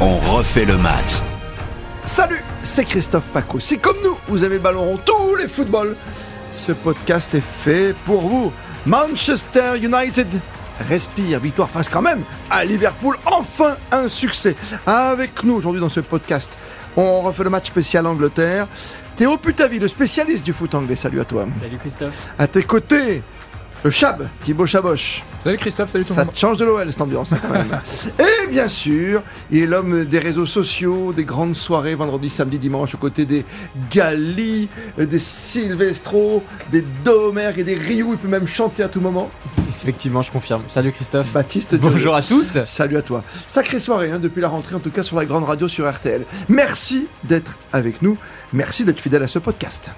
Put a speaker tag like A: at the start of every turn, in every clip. A: On refait le match.
B: Salut, c'est Christophe Paco. Si comme nous, vous avez le ballon rond, tous les footballs, ce podcast est fait pour vous. Manchester United respire, victoire face quand même à Liverpool, enfin un succès. Avec nous aujourd'hui dans ce podcast, on refait le match spécial Angleterre. Théo Putavi, le spécialiste du foot anglais, salut à toi.
C: Salut Christophe.
B: À tes côtés, le Chab, Thibaut Chaboche.
D: Salut Christophe, salut tout le
B: Ça
D: monde.
B: te change de l'OL cette ambiance. hein, quand même. Et bien sûr, il est l'homme des réseaux sociaux, des grandes soirées vendredi, samedi, dimanche, aux côtés des Gali, euh, des Silvestro, des Domergue et des Ryu. Il peut même chanter à tout moment.
C: Effectivement, je confirme. Salut Christophe.
B: Baptiste Diolet.
C: Bonjour à tous.
B: Salut à toi. Sacrée soirée hein, depuis la rentrée, en tout cas sur la grande radio sur RTL. Merci d'être avec nous. Merci d'être fidèle à ce podcast.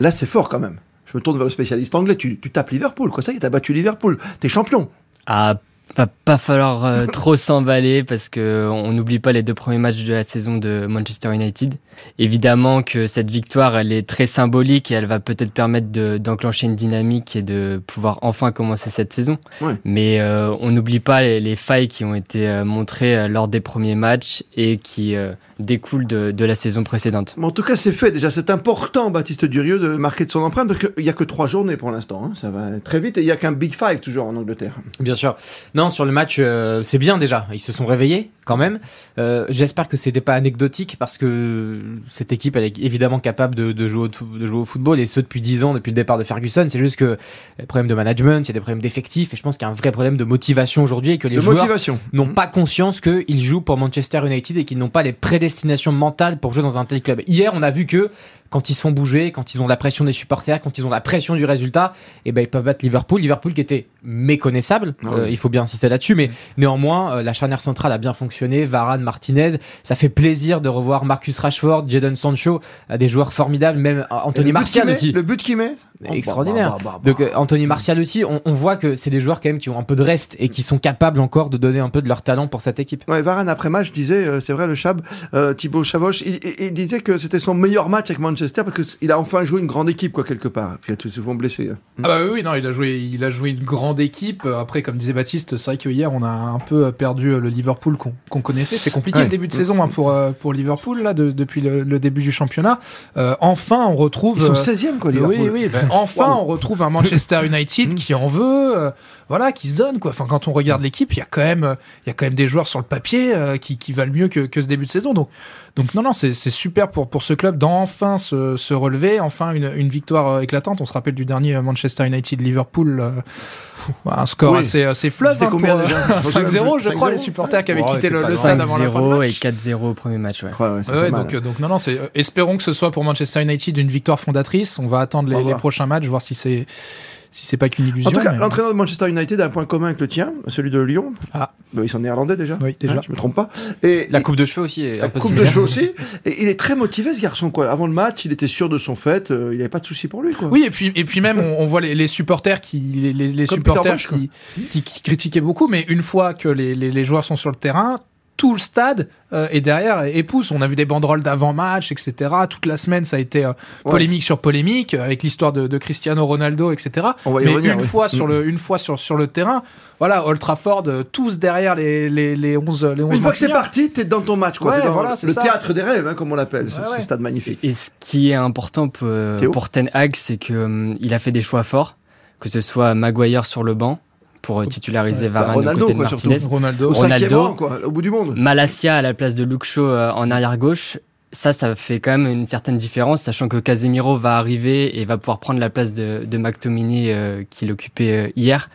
B: Là, c'est fort quand même. Je me tourne vers le spécialiste anglais. Tu, tu tapes Liverpool, quoi. Ça y est, t'as battu Liverpool. T'es champion.
E: Ah, va pas falloir euh, trop s'emballer parce que on n'oublie pas les deux premiers matchs de la saison de Manchester United. Évidemment que cette victoire, elle est très symbolique et elle va peut-être permettre de- d'enclencher une dynamique et de pouvoir enfin commencer cette saison.
B: Ouais.
E: Mais euh, on n'oublie pas les, les failles qui ont été euh, montrées euh, lors des premiers matchs et qui euh, découlent de- de la saison précédente.
B: Mais en tout cas, c'est fait. Déjà, c'est important, Baptiste Durieux, de marquer de son empreinte, parce qu'il n'y a que trois journées pour l'instant. hein. Ça va très vite. Et il n'y a qu'un Big Five, toujours, en Angleterre.
C: Bien sûr. Non, sur le match, euh, c'est bien déjà. Ils se sont réveillés quand même. Euh, J'espère que c'était pas anecdotique parce que cette équipe elle est évidemment capable de, de jouer, au, tou- de jouer au football et ce depuis 10 ans, depuis le départ de Ferguson. C'est juste que euh, problème de management, il y a des problèmes d'effectifs et je pense qu'il y a un vrai problème de motivation aujourd'hui et que les
B: de
C: joueurs
B: motivation.
C: n'ont pas conscience qu'ils jouent pour Manchester United et qu'ils n'ont pas les prédestinations mentales pour jouer dans un tel club. Hier, on a vu que quand ils se font bouger, quand ils ont la pression des supporters, quand ils ont la pression du résultat, eh ben, ils peuvent battre Liverpool. Liverpool qui était méconnaissable,
B: Ah
C: euh,
B: oui. Mhm.
C: il faut bien insister là-dessus, mais néanmoins, euh, la charnière centrale a bien fonctionné. Varane, Martinez, ça fait plaisir de revoir Marcus Rashford, Jadon Sancho, euh, des joueurs formidables, même euh,
B: Et le
C: Anthony
B: but
C: Martial
B: qu'il met,
C: aussi.
B: Le but qu'il met Oh,
C: Extraordinaire.
B: bah, bah, bah, bah.
C: Donc euh, Anthony Martial aussi, on, on voit que c'est des joueurs quand même qui ont un peu de reste et qui sont capables encore de donner un peu de leur talent pour cette équipe.
B: Ouais, Varane après match disait, euh, c'est vrai le Chab, euh, Thibaut Chavoche, il, il- il disait que c'était son meilleur match avec Manchester parce qu'il a enfin joué une grande équipe quoi quelque part. Puis Il a tout souvent blessé. euh.
D: Ah bah oui, oui, non, il a joué, il a joué une grande équipe. Euh, Après, comme disait Baptiste, c'est vrai que hier on a un peu euh, perdu euh, le Liverpool qu'on qu'on connaissait. C'est compliqué
B: Ouais.
D: le début de saison hein, pour euh, pour Liverpool là, de- depuis le, le début du championnat. Euh, enfin, on retrouve.
B: Ils sont
D: euh,
B: 16e quoi
D: oui,
B: Liverpool.
D: oui, ben, enfin,
B: Waouh. Mm.
D: on retrouve un Manchester United qui en veut, euh, voilà, qui se donne quoi. Enfin, quand on regarde l'équipe, il y a quand même, euh, il y a quand même des joueurs sur le papier euh, qui, qui valent mieux que, que ce début de saison. Donc, donc non, non, c'est c'est super pour pour ce club d'enfin se, se relever, enfin une, une victoire euh, éclatante. On se rappelle du dernier euh, Manchester United Liverpool, euh, un score
B: Oui.
D: assez assez fleuve
B: C'était
D: hein, pour,
B: combien
D: euh,
B: déjà
D: 5-0, je crois,
B: 5-0.
D: les supporters qui avaient
B: Ouais,
D: quitté le,
B: c'était
D: le
B: pas
D: stade avant la fin de
E: 5-0 et
D: match.
E: 4-0 au premier match, ouais.
B: Ouais, ouais, c'est
D: Ouais,
B: pas mal.
D: donc, euh, donc non, non, c'est, euh, espérons que ce soit pour Manchester United une victoire fondatrice. On va attendre
B: On va
D: les, les
B: voir.
D: prochains matchs, voir si c'est si c'est pas qu'une illusion.
B: En tout cas,
D: mais-
B: l'entraîneur de Manchester United a un point commun avec le tien, celui de Lyon.
D: Ah.
B: Bah, ils sont néerlandais déjà.
D: Oui, déjà.
B: Hein, je me trompe pas. Et
C: La
B: et-
C: coupe de cheveux aussi est
B: la
C: un peu
B: coupe de
C: similaire.
B: cheveux aussi. Et il est très motivé ce garçon quoi. Avant le match, il était sûr de son fait. euh, il n'avait pas de souci pour lui quoi.
D: Oui, et puis, et puis même, on, on voit les, les supporters qui, les, les- les
B: Comme
D: supporters
B: Peter Bosch,
D: qui, qui, qui critiquaient beaucoup, mais une fois que les, les- les joueurs sont sur le terrain, tout le stade euh, est derrière et, et pousse. On a vu des banderoles d'avant-match, etc. Toute la semaine, ça a été euh,
B: Ouais.
D: polémique sur polémique, euh, avec l'histoire de, de Cristiano Ronaldo, etc.
B: On va y
D: mais
B: revenir,
D: une,
B: oui. Mm.
D: fois sur le, une fois sur, sur le terrain, voilà, Old Trafford, euh, tous derrière les, les, les 11 les 11
B: Une fois que c'est
D: Mancuniens.
B: parti, t'es dans ton match quoi.
D: Ouais,
B: T'es dans
D: voilà, c'est
B: le
D: ça.
B: théâtre des rêves hein, comme on l'appelle. ce-
D: Ouais,
B: ce
D: ouais.
B: stade magnifique.
E: Et ce qui est important pour, euh,
B: Théo
E: pour Ten Hag, c'est que hum, il a fait des choix forts, que ce soit Maguire sur le banc pour euh, titulariser
B: Bah,
E: Varane
B: Ronaldo,
E: aux côtés de
B: quoi,
E: Martinez,
B: surtout.
D: Ronaldo.
B: Au cinquième
E: Ronaldo.
B: rang quoi, au bout du monde.
E: Malasia à la place de Luke Shaw euh, en arrière gauche. Ça, ça fait quand même une certaine différence, sachant que Casemiro va arriver et va pouvoir prendre la place de, de McTominay euh, qui l'occupait euh, hier.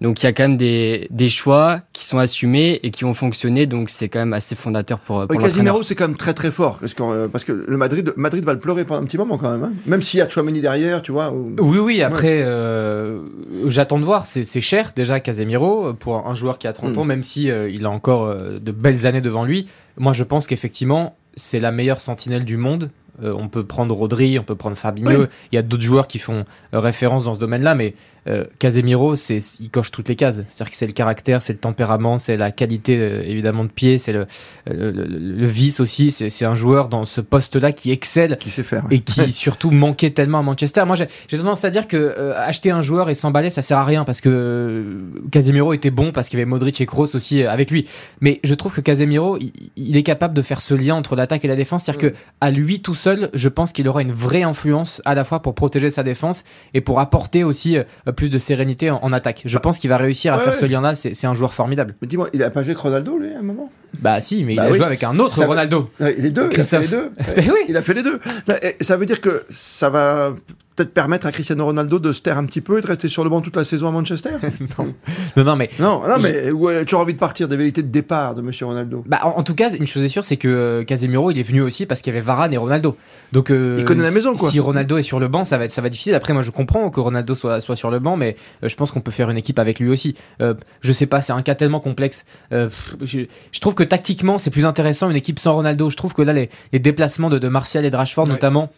E: Donc il y a quand même des, des choix qui sont assumés et qui ont fonctionné, donc c'est quand même assez fondateur pour, euh,
B: Ouais,
E: pour l'entraîneur.
B: Casimiro, c'est quand même très très fort parce que, euh, parce que le Madrid, Madrid va le pleurer pendant un petit moment quand même. hein. Même s'il y a Chouameni derrière, tu vois. ou-
C: Oui, oui, après, euh, j'attends de voir. C'est c'est cher déjà, Casemiro, pour un joueur qui a 30
B: Mm.
C: ans, même si euh, il a encore euh, de belles années devant lui. Moi, je pense qu'effectivement, c'est la meilleure sentinelle du monde. euh, on peut prendre Rodri, on peut prendre Fabinho.
B: Oui.
C: Il y a d'autres joueurs qui font euh, référence dans ce domaine-là, mais euh, Casemiro, c'est, il coche toutes les cases. C'est-à-dire que c'est le caractère, c'est le tempérament, c'est la qualité euh, évidemment de pied, c'est le, euh, le, le- le vice aussi. C'est, c'est un joueur dans ce poste-là qui excelle
B: Qui sait faire. ouais.
C: et qui surtout manquait tellement à Manchester. Moi, j'ai j'ai tendance à dire que euh, acheter un joueur et s'emballer, ça sert à rien parce que euh, Casemiro était bon parce qu'il y avait Modric et Kroos aussi euh, avec lui. Mais je trouve que Casemiro, il, il est capable de faire ce lien entre l'attaque et la défense,
B: Mm.
C: c'est-à-dire que à lui tout seul, je pense qu'il aura une vraie influence à la fois pour protéger sa défense et pour apporter aussi euh, plus de sérénité en, en attaque. Je pense qu'il va réussir à
B: Bah. ouais,
C: faire
B: ouais.
C: ce lien-là. C'est c'est un joueur formidable.
B: Mais dis-moi, il a pas joué avec Ronaldo, lui, à un moment
C: Bah si, mais
B: Bah
C: il a
B: oui.
C: joué avec un autre
B: Ça veut-
C: Ronaldo.
B: Ouais, Les deux,
C: Christophe.
B: il a fait les
C: Mais
B: deux.
C: oui.
B: Il a fait les deux. Et Ça veut dire que ça va peut-être permettre à Cristiano Ronaldo de se taire un petit peu et de rester sur le banc toute la saison à Manchester
C: non. non, non, mais
B: Non, non, mais ouais, tu as envie de partir des vérités de départ de Monsieur Ronaldo.
C: Bah, en, en tout cas, une chose est sûre, c'est que euh, Casemiro, il est venu aussi parce qu'il y avait Varane et Ronaldo. Donc, euh,
B: Il connaît la
C: si-
B: maison, quoi.
C: Si Ronaldo est sur le banc, ça va être, ça va être difficile. Après, moi, je comprends que Ronaldo soit, soit sur le banc, mais euh, je pense qu'on peut faire une équipe avec lui aussi. Euh, je sais pas, c'est un cas tellement complexe. Euh, pff, je, je trouve que tactiquement, c'est plus intéressant une équipe sans Ronaldo. Je trouve que là, les, les déplacements de, de Martial et de Rashford,
D: Ouais.
C: notamment,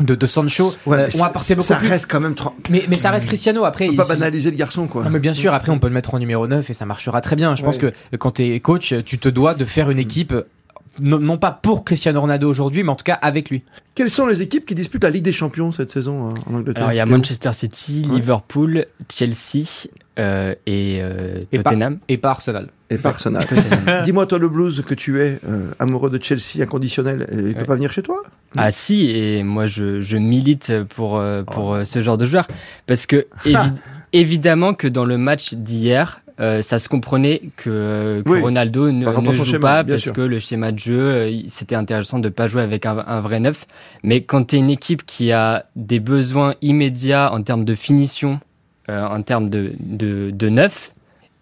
C: de, de Sancho,
B: Ouais,
C: euh,
B: mais
C: ont
B: ça-
C: apporté beaucoup
B: ça
C: plus.
B: reste quand même. tra-
C: Mais, mais ça reste Cristiano. Après,
B: On peut
C: il-
B: pas
C: si-
B: banaliser le garçon, quoi.
C: non mais bien sûr, après on peut le mettre en numéro 9 et ça marchera très bien. Je pense que
B: Ouais. Mm.
C: euh, quand tu es coach, euh, tu te dois de faire une équipe, euh, non, non pas pour Cristiano Ronaldo aujourd'hui, mais en tout cas avec lui.
B: Quelles sont les équipes qui disputent la Ligue des Champions cette saison euh, en Angleterre
E: Alors, il y a
B: Théo
E: Manchester City,
B: Ouais.
E: Liverpool, Chelsea euh, et, euh,
C: Et pas-
E: Tottenham.
C: Et pas Arsenal.
B: Et par Arsenal.
E: Tottenham.
B: Dis-moi, toi, le blues que tu es, euh, amoureux de Chelsea inconditionnel, et il peut
E: Ouais.
B: pas venir chez toi
E: Ah si, et moi je, je milite pour, euh,
B: Oh.
E: pour euh, ce genre de joueur. Parce que évi- évidemment que dans le match d'hier, euh, ça se comprenait que, que
B: Oui,
E: Ronaldo ne,
B: par rapport
E: ne
B: à son
E: joue
B: schéma,
E: pas
B: bien
E: parce
B: sûr.
E: que le schéma de jeu, euh, il- c'était intéressant de pas jouer avec un, un vrai neuf. Mais quand tu es une équipe qui a des besoins immédiats en termes de finition, euh, en termes de, de, de neuf,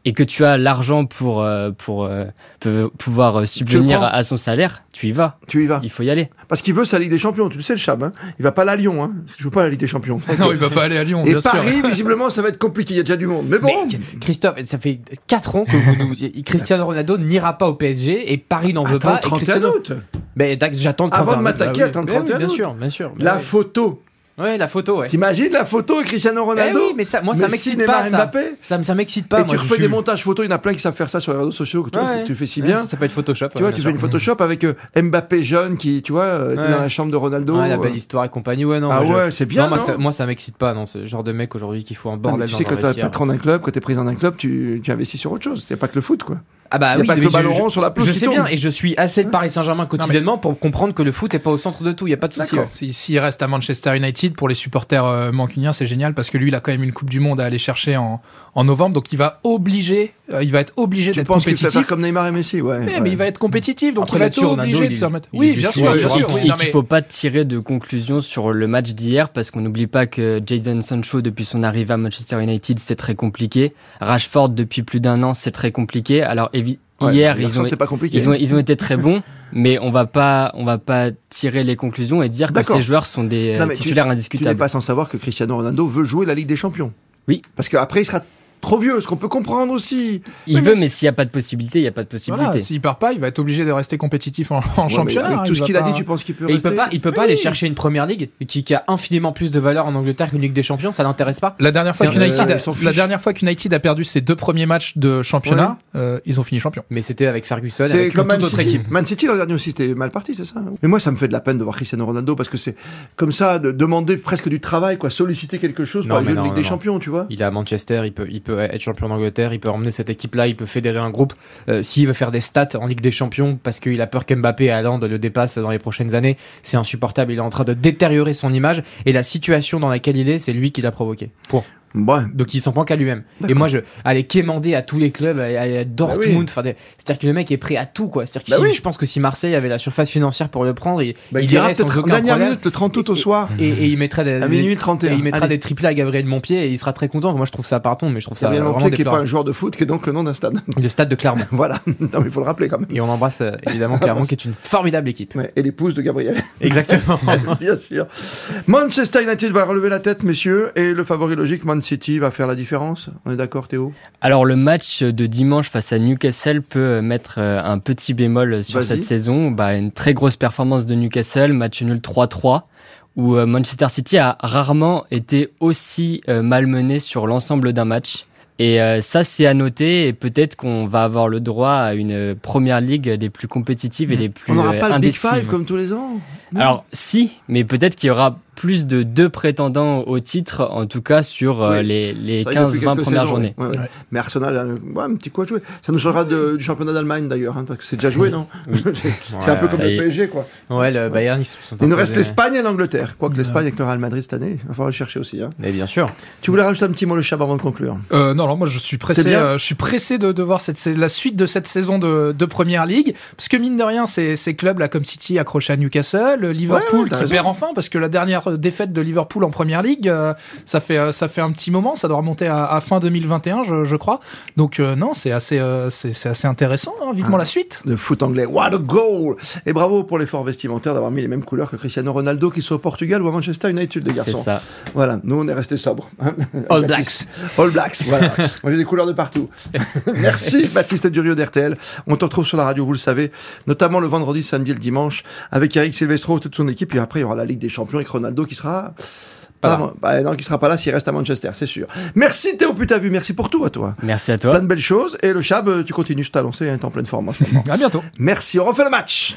E: et que tu as l'argent pour, euh, pour, euh, pe- pouvoir euh, subvenir
B: prends. Ah.
E: à, à son salaire, tu y vas.
B: Tu y vas
E: Il faut y aller.
B: Parce qu'il veut sa Ligue des Champions, tu le sais, le Chab. Hein il va pas la Lyon, hein il joue pas à la Ligue des Champions.
D: non, il va pas aller à Lyon,
B: Et
D: bien sûr.
B: Paris, visiblement, ça va être compliqué. Il y a déjà du monde. Mais bon,
C: Christophe, ça fait 4 ans que vous nous... Cristiano Ronaldo n'ira pas au PSG et Paris n'en veut
B: attends
C: pas.
B: le
C: Et
B: 31
C: Cristiano...
B: août.
C: Mais d'ac- j'attends le
B: Avant
C: 31
B: de m'attaquer,
C: Bah oui.
B: attends le
C: Mais oui,
B: 31
C: Bien
B: août.
C: sûr, bien sûr. Mais
B: La
C: oui.
B: photo.
C: Ouais, la photo, ouais.
B: T'imagines la photo et Cristiano
C: Eh
B: Ronaldo
C: oui, mais ça, moi ça
B: Messi,
C: m'excite
B: Neymar,
C: pas. Ça,
B: Mbappé
C: ça, me- ça m'excite pas.
B: Et
C: moi,
B: tu
C: je
B: refais
C: suis-
B: des montages photos, il y en a plein qui savent faire ça sur les réseaux sociaux que toi,
C: Ouais.
B: tu- tu fais si
C: Ouais,
B: bien.
C: Ça peut être Photoshop.
B: Tu vois,
C: ouais,
B: tu fais
C: bien
B: une
C: sûr.
B: Photoshop avec euh, Mbappé jeune qui, tu vois, euh, était
C: Ouais.
B: dans la chambre de Ronaldo.
C: Ouais, Ah, la
B: euh.
C: belle histoire et compagnie, ouais, non.
B: ah
C: moi, je-
B: ouais, c'est bien,
C: Non, moi,
B: non
C: ça, moi, ça m'excite pas, non, ce genre de mec aujourd'hui qui fout un
B: Non, mais
C: bordel
B: tu
C: dans
B: sais,
C: un
B: quand t'es
C: vestiaire.
B: patron d'un club, quand t'es président d'un club, tu, tu investis sur autre chose. C'est pas que le foot, quoi.
C: Ah
B: Il
C: bah
B: y a
C: oui,
B: pas que
C: mais
B: le
C: je-
B: ballon
C: je-
B: rond sur la pelouse
C: Je
B: qui
C: sais
B: tourne.
C: bien, et je suis assez de Paris Saint-Germain quotidiennement pour comprendre que le foot est pas au centre de tout, il y a pas de souci.
B: D'accord.
C: ouais.
D: Si- S'il reste à Manchester United, pour les supporters euh, mancuniens, c'est génial parce que lui, il a quand même une Coupe du Monde à aller chercher en, en novembre. Donc, il va, obliger, euh, il va être obligé
B: Tu
D: d'être
B: penses qu'il fait
D: compétitif.
B: faire comme Neymar et Messi, ouais.
D: Ouais,
B: ouais.
D: mais il va être compétitif, donc
C: Après,
D: il va
C: là-dessus,
D: être
C: Ronaldo,
D: obligé
C: il-
D: de se remettre.
C: il
D: Oui,
C: est
D: bien
C: du
D: sûr,
C: tout,
D: bien
C: il-
D: sûr.
E: et
D: oui,
E: et
D: non,
E: qu'il
D: mais-
E: faut pas tirer de conclusion sur le match d'hier parce qu'on n'oublie pas que Jadon Sancho depuis son arrivée à Manchester United c'est très compliqué. Rashford depuis plus d'un an c'est très compliqué. Alors évi-
B: Ouais,
E: hier
B: hier
E: ils
B: soir,
E: ont,
B: c'était pas compliqué.
E: ils ont ils ont été très bons, mais on va pas on va pas tirer les conclusions et dire que
B: D'accord.
E: ces joueurs sont des euh,
B: Non, mais tu-
E: titulaires
B: Tu n'es
E: indiscutables.
B: pas sans savoir que Cristiano Ronaldo veut jouer la Ligue des Champions.
E: Oui.
B: Parce qu'après, il sera trop vieux, ce qu'on peut comprendre aussi.
E: Il
D: Oui,
E: veut,
D: mais
E: mais s'il n'y a pas de possibilité, il n'y a pas de possibilité.
D: Voilà, s'il part pas, il va être obligé de rester compétitif en, en
B: Ouais,
D: championnat.
B: mais
D: hein,
B: Avec tout
D: il
B: ce
D: va
B: qu'il a
D: pas-
B: dit, tu penses qu'il peut
C: hein. Et il
B: rester
C: peut pas, il peut pas aller chercher une première ligue qui, qui a infiniment plus de valeur en Angleterre qu'une Ligue des Champions, ça l'intéresse pas.
D: La dernière fois
C: C'est
D: qu'United
B: un-
D: a-
B: ils s'en fichent.
D: la dernière fois qu'United a perdu ses deux premiers matchs de championnat, euh, ils ont fini champion.
C: Mais c'était avec Ferguson,
B: C'est
C: avec
B: comme
C: une
B: Man
C: toute autre
B: City.
C: équipe.
B: Man City l'an dernier aussi, c'était mal parti, c'est ça. hein. Mais moi, ça me fait de la peine de voir Cristiano Ronaldo parce que c'est comme ça, de demander presque du travail, quoi, solliciter quelque chose
C: Non,
B: pour aller
C: mais
B: jouer la
C: non,
B: Ligue
C: non,
B: des
C: non.
B: Champions, tu vois.
C: Il est à Manchester, il peut, il peut être champion d'Angleterre, il peut emmener cette équipe-là, il peut fédérer un groupe. Euh, S'il veut faire des stats en Ligue des Champions parce qu'il a peur qu'Mbappé et Haaland le dépassent dans les prochaines années, c'est insupportable. Il est en train de détériorer son image et la situation dans laquelle il est, c'est lui qui l'a provoqué. Point.
B: Ouais.
C: Donc il s'en prend qu'à lui-même. Et
B: D'accord.
C: moi, je allais quémander à tous les clubs, à, à- à
B: Bah oui.
C: Dortmund. enfin, des- C'est-à-dire que le mec est prêt à tout, quoi. C'est-à-dire que
B: Bah
C: si-
B: oui.
C: je pense que si Marseille avait la surface financière pour le prendre, il,
B: Bah,
C: il
B: il ira
C: irait sans
B: peut-être en
C: aucun
B: dernière
C: problème.
B: minute, le 30 août au soir,
C: Et, et il mettrait des,
B: à
C: des-
B: minuit
C: et
B: 31.
C: il mettra
B: Allez.
C: des triplés à Gabriel Montpied et il sera très content. Moi, je trouve ça pardon, mais je trouve ça
B: Gabriel
C: vraiment
B: Lampier, qui n'est pas un
C: déplorable.
B: joueur de foot, qui est donc le nom d'un stade.
C: Le stade de Clermont.
B: voilà. Non, mais il faut le rappeler quand même.
C: Et on embrasse euh, évidemment Clermont, qui est une formidable équipe.
B: Ouais, Et l'épouse de Gabriel.
C: Exactement.
B: Bien sûr. Manchester United va relever la tête, messieurs, et le favori logique, Man City va faire la différence On est d'accord, Théo
E: Alors le match de dimanche face à Newcastle peut mettre euh, un petit bémol sur
B: Vas-y.
E: cette saison. Bah, une très grosse performance de Newcastle, match nul 3-3, où euh, Manchester City a rarement été aussi euh, malmené sur l'ensemble d'un match. Et euh, ça, c'est à noter, et peut-être qu'on va avoir le droit à une euh, première ligue des plus compétitives et
D: Mm.
E: des plus
B: On n'aura
E: euh,
B: pas le Big
E: indécises.
B: Five comme tous les ans
E: Alors si, mais peut-être qu'il y aura plus de deux prétendants au titre, en tout cas sur euh,
B: Oui.
E: les, les
B: C'est vrai que depuis
E: 15-20 premières
B: quelques saisons,
E: journées.
B: ouais, ouais, ouais.
D: Ouais.
B: Mais Arsenal a ouais, un petit coup à jouer. Ça nous changera de- du championnat d'Allemagne d'ailleurs, hein, parce que c'est déjà joué, non
E: Oui.
B: C'est un peu comme
E: ça y
B: le
E: est.
B: PSG, quoi.
C: Ouais, le Bayern, ils se sont.
B: Il nous reste
C: imposés.
B: l'Espagne et l'Angleterre. Quoique l'Espagne avec le Real Madrid cette année, il va falloir le chercher aussi. hein.
C: Mais bien sûr.
B: Tu voulais rajouter un petit mot, le Chab, avant de conclure
D: Euh, non, non, moi je suis pressé,
B: T'es bien
D: euh, je suis pressé de, de voir cette, sa- la suite de cette saison de, de Première Ligue, parce que mine de rien, ces, ces clubs là comme City accrochés à Newcastle, euh, Liverpool
B: Ouais, ouais, t'as
D: qui
B: raison.
D: perd enfin, parce que la dernière euh, défaite de Liverpool en Première Ligue, euh, ça fait euh, ça fait un petit moment, ça doit remonter à, à fin 2021, je, je crois. Donc euh, non, c'est assez euh, c'est c'est assez intéressant, hein,
B: Ah.
D: vivement la suite.
B: Le foot anglais, what a goal Et bravo pour l'effort vestimentaire d'avoir mis les mêmes couleurs que Cristiano Ronaldo, qu'il soit au Portugal ou à Manchester United, les
E: C'est
B: garçons.
E: ça.
B: Voilà, nous on est restés sobres. hein.
C: All
B: Baptiste. All Blacks, voilà. Moi j'ai des couleurs de partout. Merci Baptiste Durio d'RTL. On te retrouve sur la radio, vous le savez, notamment le vendredi, samedi et le dimanche, avec Eric Silvestro, toute son équipe. Et après, il y aura la Ligue des Champions avec Ronaldo qui sera.
C: Pas
B: Pardon, bah, non, qui sera pas là s'il reste à Manchester, c'est sûr. Merci Théo Putavu, merci pour tout à toi.
E: Merci à
B: Bah,
E: toi.
B: Plein de belles choses. Et le Chab, euh, tu continues, je t'ai lancé, hein, t'es en pleine forme en ce moment.
D: À bientôt.
B: Merci, on refait le match.